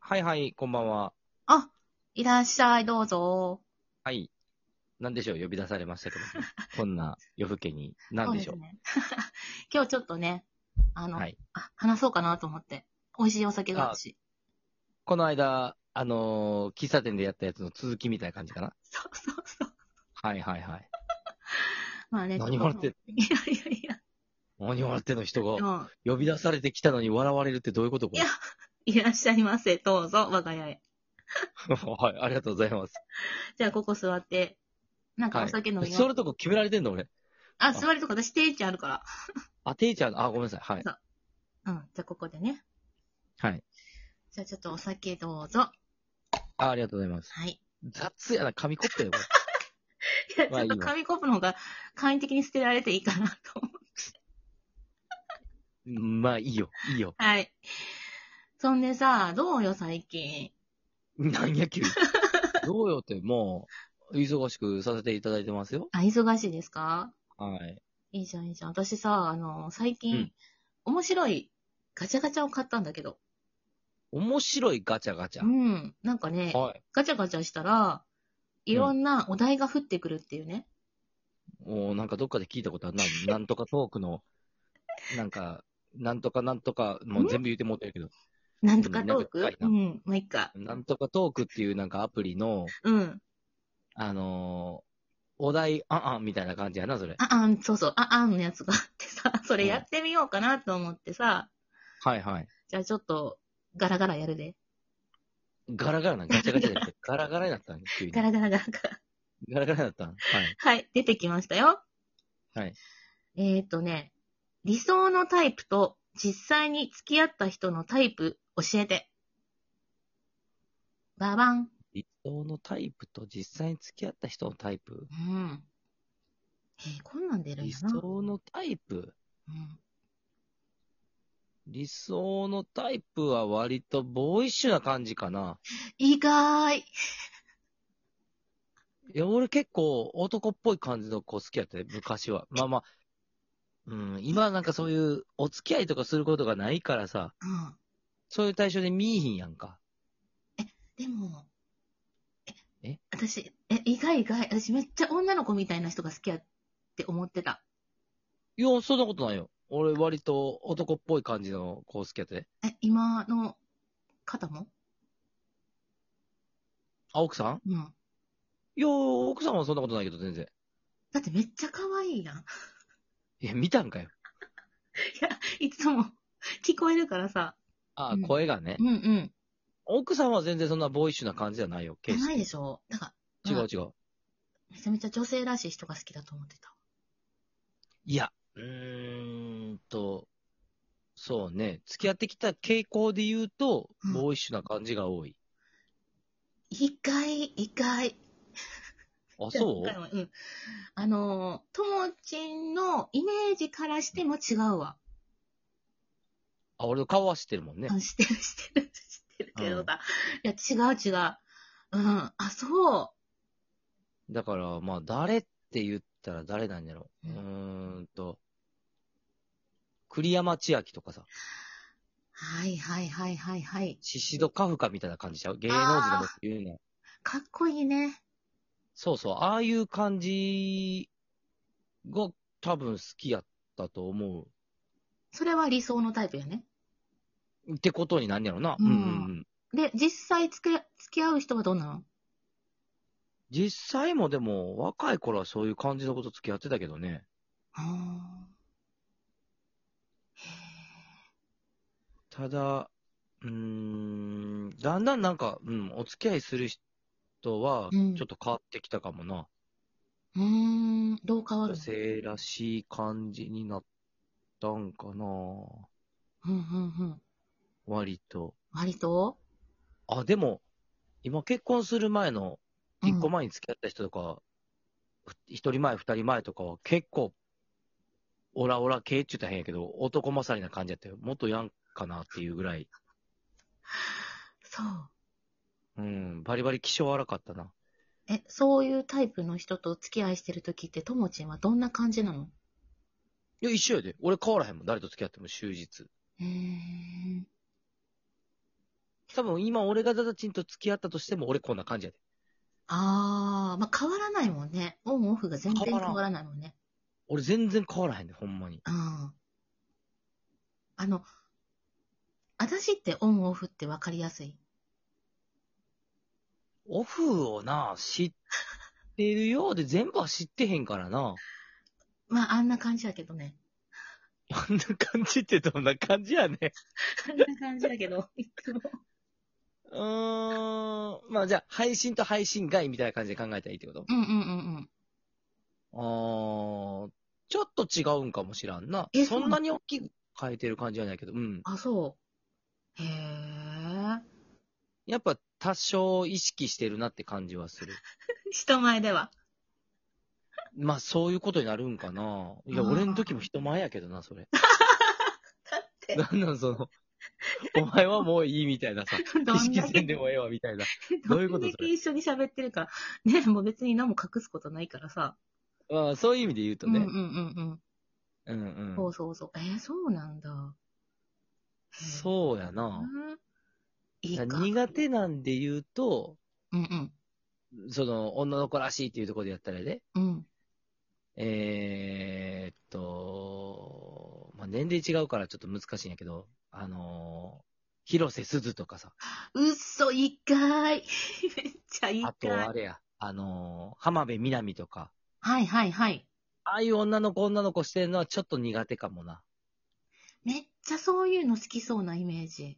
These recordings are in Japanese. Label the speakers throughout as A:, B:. A: はいはい、こんばんは。
B: あ、いらっしゃい、どうぞ。
A: はい。なんでしょう、呼び出されまし たけど、こんな夜更けに、なんでしょう。
B: そうですね 今日ちょっとね、あの、
A: はい
B: あ話そうかなと思って。美味しいお酒があるし。
A: この間、あのー喫茶店でやったやつの続きみたいな感じかな。
B: そうそうそう。
A: はいはいはい。
B: まあね、
A: 何
B: ちょ
A: 笑
B: と
A: って
B: いやいやいや。
A: 何笑ってんの人
B: で
A: が、
B: も、
A: 呼び出されてきたのに笑われるってどういうことこ
B: いやいらっしゃいませ、どうぞ、我が家へ。
A: れはい、ありがとうございます。
B: じゃあ、ここ座って、なんか
A: は
B: お
A: い
B: 酒飲み。ます、
A: それとこ決められてんの俺。
B: あ、座りとか私定位置あるから。
A: あ、ていちゃん、あ、ごめんなさい。はい。
B: うん、じゃあここでね。
A: はい。
B: じゃあちょっとお酒どうぞ。
A: あ、ありがとうございます。
B: はい。
A: 雑やな、紙コップやよ、これ。
B: い や、ち
A: まあ
B: ょ
A: い
B: っ
A: いわ
B: と紙コップの方が簡易的に捨てられていいかなと思う。
A: まあ、いいよ、いいよ。
B: はい。そんでさ、どうよ、最近。
A: 何野 球どうよって、もう、忙しくさせていただいてますよ。
B: あ、忙しいですか
A: はい。
B: いいじゃん、いいじゃん。私さ、あの、最近、
A: うん
B: 面白いガチャガチャを買ったんだけど。
A: 面白いガチャガチャ
B: う。ん。なんかね、
A: はい。
B: ガチャガチャしたら、いろんなお題が降ってくるっていうね。
A: もうなんかどっかで聞いたことあるな。 なんとかトークの、なんか、なんとかなんとか、もう全部言ってもってるけど、
B: なんとかトー
A: うんな
B: ク
A: んか
B: う
A: 深い
B: ん、まあ、いっか。
A: なんとかトークっていうなんかアプリの、
B: うん。
A: あのーお題、ああんみたいな感じやな、それ。
B: あ、あん、そうそう、あ、あんのやつがあってさ、それやってみようかなと思ってさ、
A: はいはい。
B: じゃあちょっと、ガラガラやるで。
A: ガラガラな、ガチャガチャじゃなく て、ガラガラになったん急に。
B: ガ
A: ガ
B: ラガラガラガラ。
A: ラガラになったんはい。
B: はい、出てきましたよ。
A: はい。
B: えっ、ー、とね、理想のタイプと実際に付き合った人のタイプ教えて。ババン。
A: 理想のタイプと実際に付き合った人のタイプ。
B: うん。えー、こんなん出るん
A: 理
B: やな。
A: 想のタイプ
B: うん、
A: 理想のタイプは割とボーイッシュな感じかな。
B: 意外。
A: いや、俺結構男っぽい感じの子好きやったね、昔は。まあまあ。うん、今なんかそういうお付き合いとかすることがないからさ、
B: うん。
A: そういう対象で見いひんやんか。
B: でも、
A: え
B: 私、え、意外意外。私めっちゃ女の子みたいな人が好きやって思ってた。
A: いや、そんなことないよ。俺割と男っぽい感じの子好きやったね。
B: え、今の方も
A: あ、奥さん
B: うん。
A: いや、奥さんはそんなことないけど全然。
B: だってめっちゃ可愛いやん。
A: いや、見たんかよ。
B: いつも聞こえるからさ。
A: あ、
B: うん
A: 声がね
B: う。んうん。
A: 奥さんは全然そんなボーイッシュな感じじゃないよ、
B: じゃないで
A: し
B: しょ。だから、
A: 違
B: まあ
A: う違う。
B: めちゃめちゃ女性らしい人が好きだと思ってた。
A: いや、うーんと、そうね、付き合ってきた傾向で言うと、
B: うん
A: ボーイッシュな感じが多い。
B: 一回、一回。
A: あ、そ
B: 一回
A: う
B: もうん。あのー、ともちんのイメージからしても違うわ。
A: あ、俺の顔は知ってるもんね
B: う。ん、してる、してる、してるけどさ。いや、違う、違う。うん。あ、そう。
A: だから、まあ、誰って言ったら誰なんやろう。
B: う
A: うんーんと、栗山千明とかさ、
B: はい、はい、はい、はい、はい。
A: シシドカフカみたいな感じちゃう芸能人のこと言うの。
B: かっこいいね。
A: そうそう、ああいう感じが多分好きやったと思う。
B: それは理想のタイプやね。
A: ってことになんやろな。
B: うん
A: うんうんうん
B: で、実際つけ付き合う人はどんなの
A: 実際もでも、若い頃はそういう感じのこと付き合ってたけどね。
B: あーへ
A: ただ、うーん、だんだんなんか、うん、お付き合いする人は、
B: うん
A: ちょっと変わってきたかもな。
B: ーうーん、どう変わるの
A: 女性らしい感じになったんか
B: う
A: な。
B: ん、うん、うん。
A: 割と。
B: 割と
A: あ、でも、今結婚する前
B: う
A: の、
B: ん
A: 一個前に付き合った人とか、ふ一、人前、二人前とかは結構、オラオラ系っちゅうたら変やけど、男勝りな感じやったよ。もっとやんかなっていうぐらい。
B: そう。
A: うん、バリバリ気性荒かったな。
B: え、そういうタイプの人と付き合いしてるときって、ともちんはどんな感じなの
A: いや、一緒やで。俺変わらへんもん。誰と付き合っても終日。
B: へー
A: 多分今俺がダダチンと付き合ったとしても俺こんな感じやで。
B: あー、まあ、変わらないもんね。オンオフが全然
A: 変
B: 変
A: わらん
B: わらないもんね。
A: 俺全然変わらへんねほんまに。
B: うん。あの、私ってオンオフって分かりやすい。
A: オフをな、知ってるようで全部は知ってへんからな。
B: まあ、あんな感じだけどね。
A: あんな感じってどんな感じやね。
B: あんな感じだけど、いつも。
A: うーん。まあじゃあ、配信と配信外みたいな感じで考えたらいいってこと
B: うんうんうんうん。
A: あー、ちょっと違うんかもしらんな
B: え。
A: そんなに大きく変えてる感じじゃないけど、うん。
B: あ、そう。へえ。
A: やっぱ多少意識してるなって感じはする。
B: 人前では。
A: まあそういうことになるんかな。いや、
B: あー
A: 俺の時も人前やけどな、それ。
B: だって、
A: なんなんその、お前はもういいみたい なさ、
B: ど
A: 意
B: ん
A: 識
B: だ
A: せん
B: け、
A: でもええわみたいな。ど
B: ど
A: ういうこ
B: ん
A: と
B: だ
A: そ
B: け
A: れ
B: 一緒に喋ってるから。ね、もう別に何も隠すことないからさ。
A: まあそういう意味で言うと
B: うん
A: ね
B: うん。うん
A: うんう
B: うん。
A: ん。
B: そうそうそう。えー、そうなんだ。う
A: そうやな。
B: ん。いいか。
A: 苦手なんで言うと、
B: うんうん。
A: その、女の子らしいっていうところでやったらね、
B: うん。
A: えーっと、まあ、年齢違うからちょっと難しいんやけど、あのー広瀬すずとかさ、
B: うっそ、一回。 めっちゃ一
A: あと
B: 回
A: あ。れや、あのー浜辺美波とか、
B: はいはいはい。
A: ああいう女の子女の子してるのはちょっと苦手かもな。
B: めっちゃそういうの好きそうなイメージ。
A: い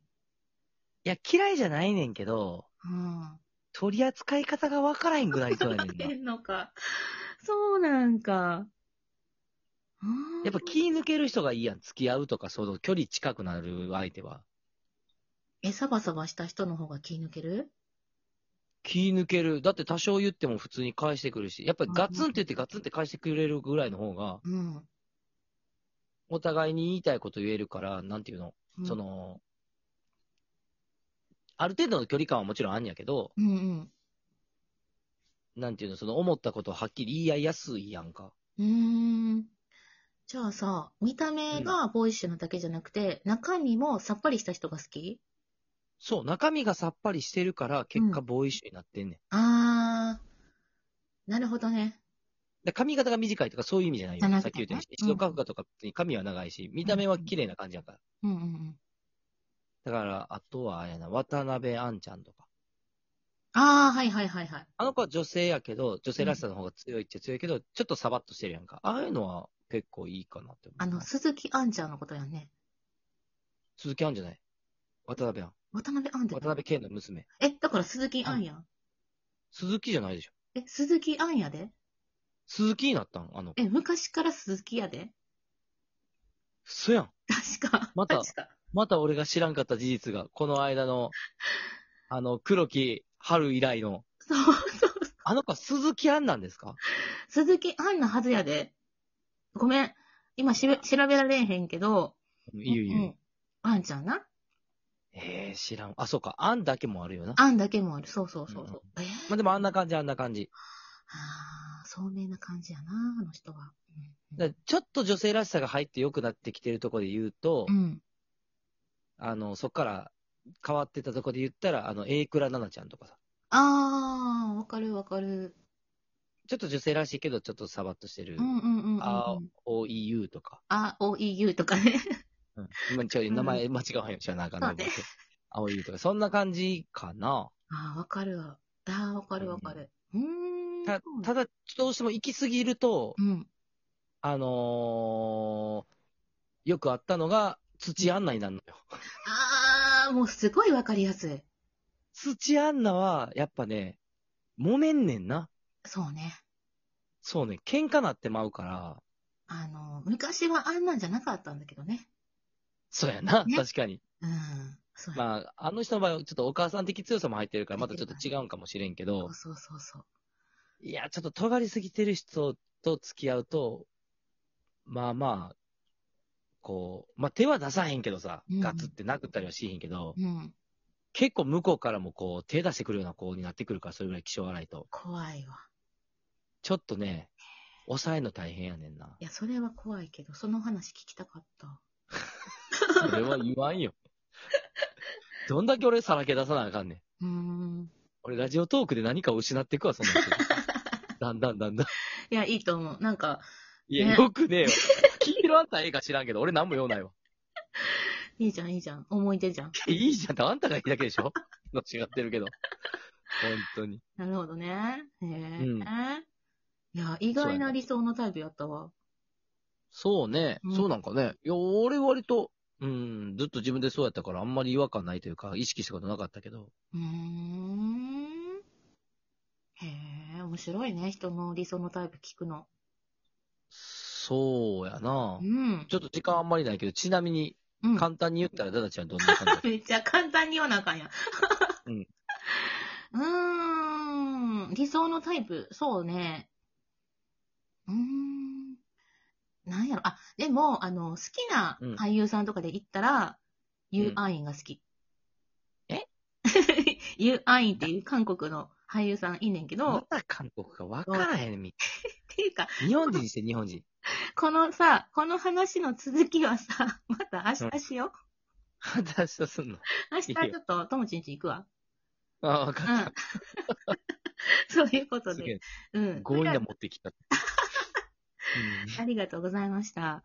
A: や、嫌いじゃないねんけど、
B: うん。
A: 取り扱い方がわからへんぐらいそうやね んな。
B: 変のか。そうなんか。うん
A: やっぱ気抜ける人がいいやん。付き合うとか、その距離近くなる相手は。
B: え、サバサバした人の方が気抜ける
A: 気抜ける。だって多少言っても普通に返してくるし、やっぱりガツンって言ってガツンって返してくれるぐらいの方が、
B: うん。
A: お互いに言いたいこと言えるから、なんていうの、
B: うん
A: そ。の、ある程度の距離感はもちろんあんやけど、
B: うんうん。
A: なんていうの、その思ったことをはっきり言い合いやすいやんか。
B: うーん。じゃあさ、見た目がボーイッシュなだけじゃなくて、中身もさっぱりした人が好き
A: そう、中身がさっぱりしてるから、結果
B: う
A: ボーイッシュになってんねん。
B: あー、なるほどね。
A: だから髪型が短いとかそういう意味じゃないよ。
B: じゃなくて
A: さっき言ったように、
B: う
A: 一
B: ん
A: 度書くかとか、髪は長いし、見た目は綺麗な感じやから。
B: うんうんうん。
A: だから、あとは、あれやな、渡辺杏ちゃんとか。
B: あー、はいはいはいはい。
A: あの子は女性やけど、女性らしさの方が強いっちゃ強いけど、ちょっとサバッとしてるやんか。ああいうのは結構いいかなって思う。
B: あの、鈴木杏ちゃんのことやんね。
A: 鈴木杏じゃない。渡辺杏。
B: 渡辺杏って
A: 渡辺謙の娘。
B: え、だから鈴木杏やん。
A: 鈴木じゃないでしょ。
B: え、鈴木杏やで
A: 鈴木になったんあの。
B: え、昔から鈴木やで
A: そやん。
B: 確か。
A: また
B: 確か。
A: また俺が知らんかった事実が、この間の、あの、黒木春以来の、
B: そうそう。
A: あの子は鈴木杏なんですか
B: 鈴木杏のはずやで。ごめん。今しべ調べられへんけど。
A: いいよいいよ。
B: うん。杏ちゃんな。
A: ええ知らん。あ、そうか。あんだけもあるよな。
B: 杏だけもある。そうそうそうそう。えー
A: まあ、でもあんな感じ、あんな感じ。
B: あー、聡明な感じやな、あの人は。うん
A: だからちょっと女性らしさが入って良くなってきてるとこで言うと、
B: うん。
A: あの、そっから変わってたとこで言ったら、あの、A 倉奈々ちゃんとかさ。
B: あー、わかるわかる。
A: ちょっと女性らしいけど、ちょっとサバッとしてる
B: う。んうんうんうんうん。
A: あ OEU とか。
B: あ、OEU とかね。
A: うん。今、ちょ、
B: うん
A: 名前間違わへんよ。知らなあかん
B: そうね
A: ね。青 u とか。そんな感じかな。
B: あー、わかるわ。あー、わかるわかる。うーん。
A: た
B: そう、
A: ただ、どうしても行き過ぎると、
B: うん。
A: あのーよくあったのが、土あんなになるのよ。
B: あー、もうすごいわかりやすい。
A: 土アンナは、やっぱね、揉めんねんな。
B: そうね。
A: そうね、喧嘩なってまうから、
B: あの、昔はあんなんじゃなかったんだけどね。
A: そうやな、
B: ね
A: 確かに。
B: うん。そうや
A: まあ、あの人の場合は、ちょっとお母さん的強さも入ってるから、またちょっと違うんかもしれんけ
B: そ
A: ど
B: う、そうそうそう。
A: いや、ちょっと尖りすぎてる人と付き合うと、まあまあ、こう、まあ手は出さへんけどさ、
B: うん
A: ガツって殴ったりはしへんけど、
B: うん。
A: 結構向こうからもこう、手出してくるような子になってくるから、それぐらい気性荒いと。
B: 怖いわ。
A: ちょっとね、抑えんの大変やねんな。
B: いや、それは怖いけど、その話聞きたかった。
A: それは言わんよ。どんだけ俺さらけ出さなあかんねん。
B: うーん。
A: 俺ラジオトークで何かを失っていくわ、そんな人。だんだんだんだん。
B: いや、いいと思う。なんか、
A: いや、
B: ね
A: よくねえわ。黄色あんたええか知らんけど、俺何も言わないわ。
B: いいじゃん、いいじゃん。思い出じゃん。
A: いいじゃんって、あんたがいいだけでしょ違ってるけど。本当に。
B: なるほどね。へえ、
A: うん
B: いや、意外な理想のタイプやったわ。
A: そうね、
B: うん
A: そうなんかね。いや、俺割と、うん、ずっと自分でそうやったから、あんまり違和感ないというか、意識したことなかったけど。
B: うーん。へえ、面白いね。人の理想のタイプ聞くの。
A: そうやな
B: う。ん。
A: ちょっと時間あんまりないけど、ちなみに、
B: うん、
A: 簡単に言ったら、ダダちゃんどんな感 じ
B: めっちゃ簡単に言わなあかんや。
A: うん
B: うーん。理想のタイプ、そうね。うーん。なんやろ。あ、でも、あの、好きな
A: うん
B: 俳優さんとかで言ったら、
A: ん
B: ユーアインが好き。
A: え
B: ユーアインっていう韓国の俳優さんいんねんけど、っ
A: まだ韓国か分からへんみ。
B: ていうか、
A: 日本人にして日本人。
B: このさ、この話の続きはさ、 また明日しよ
A: 話しすんの。
B: う。明日ちょっと、ともちんち行くわ。
A: ああ、分
B: う
A: か っ
B: ん。 そういうこ
A: た。
B: と
A: す
B: で
A: げ。え。
B: うん。
A: 強引な持ってきた。
B: ありがとうございました。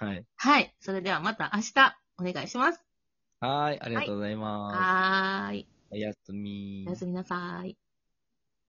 A: うん、はい。
B: はい。それではまた明日お願いします。
A: はーい、ありがとうございます。
B: はーい。
A: おやすみ
B: おやすみなさい。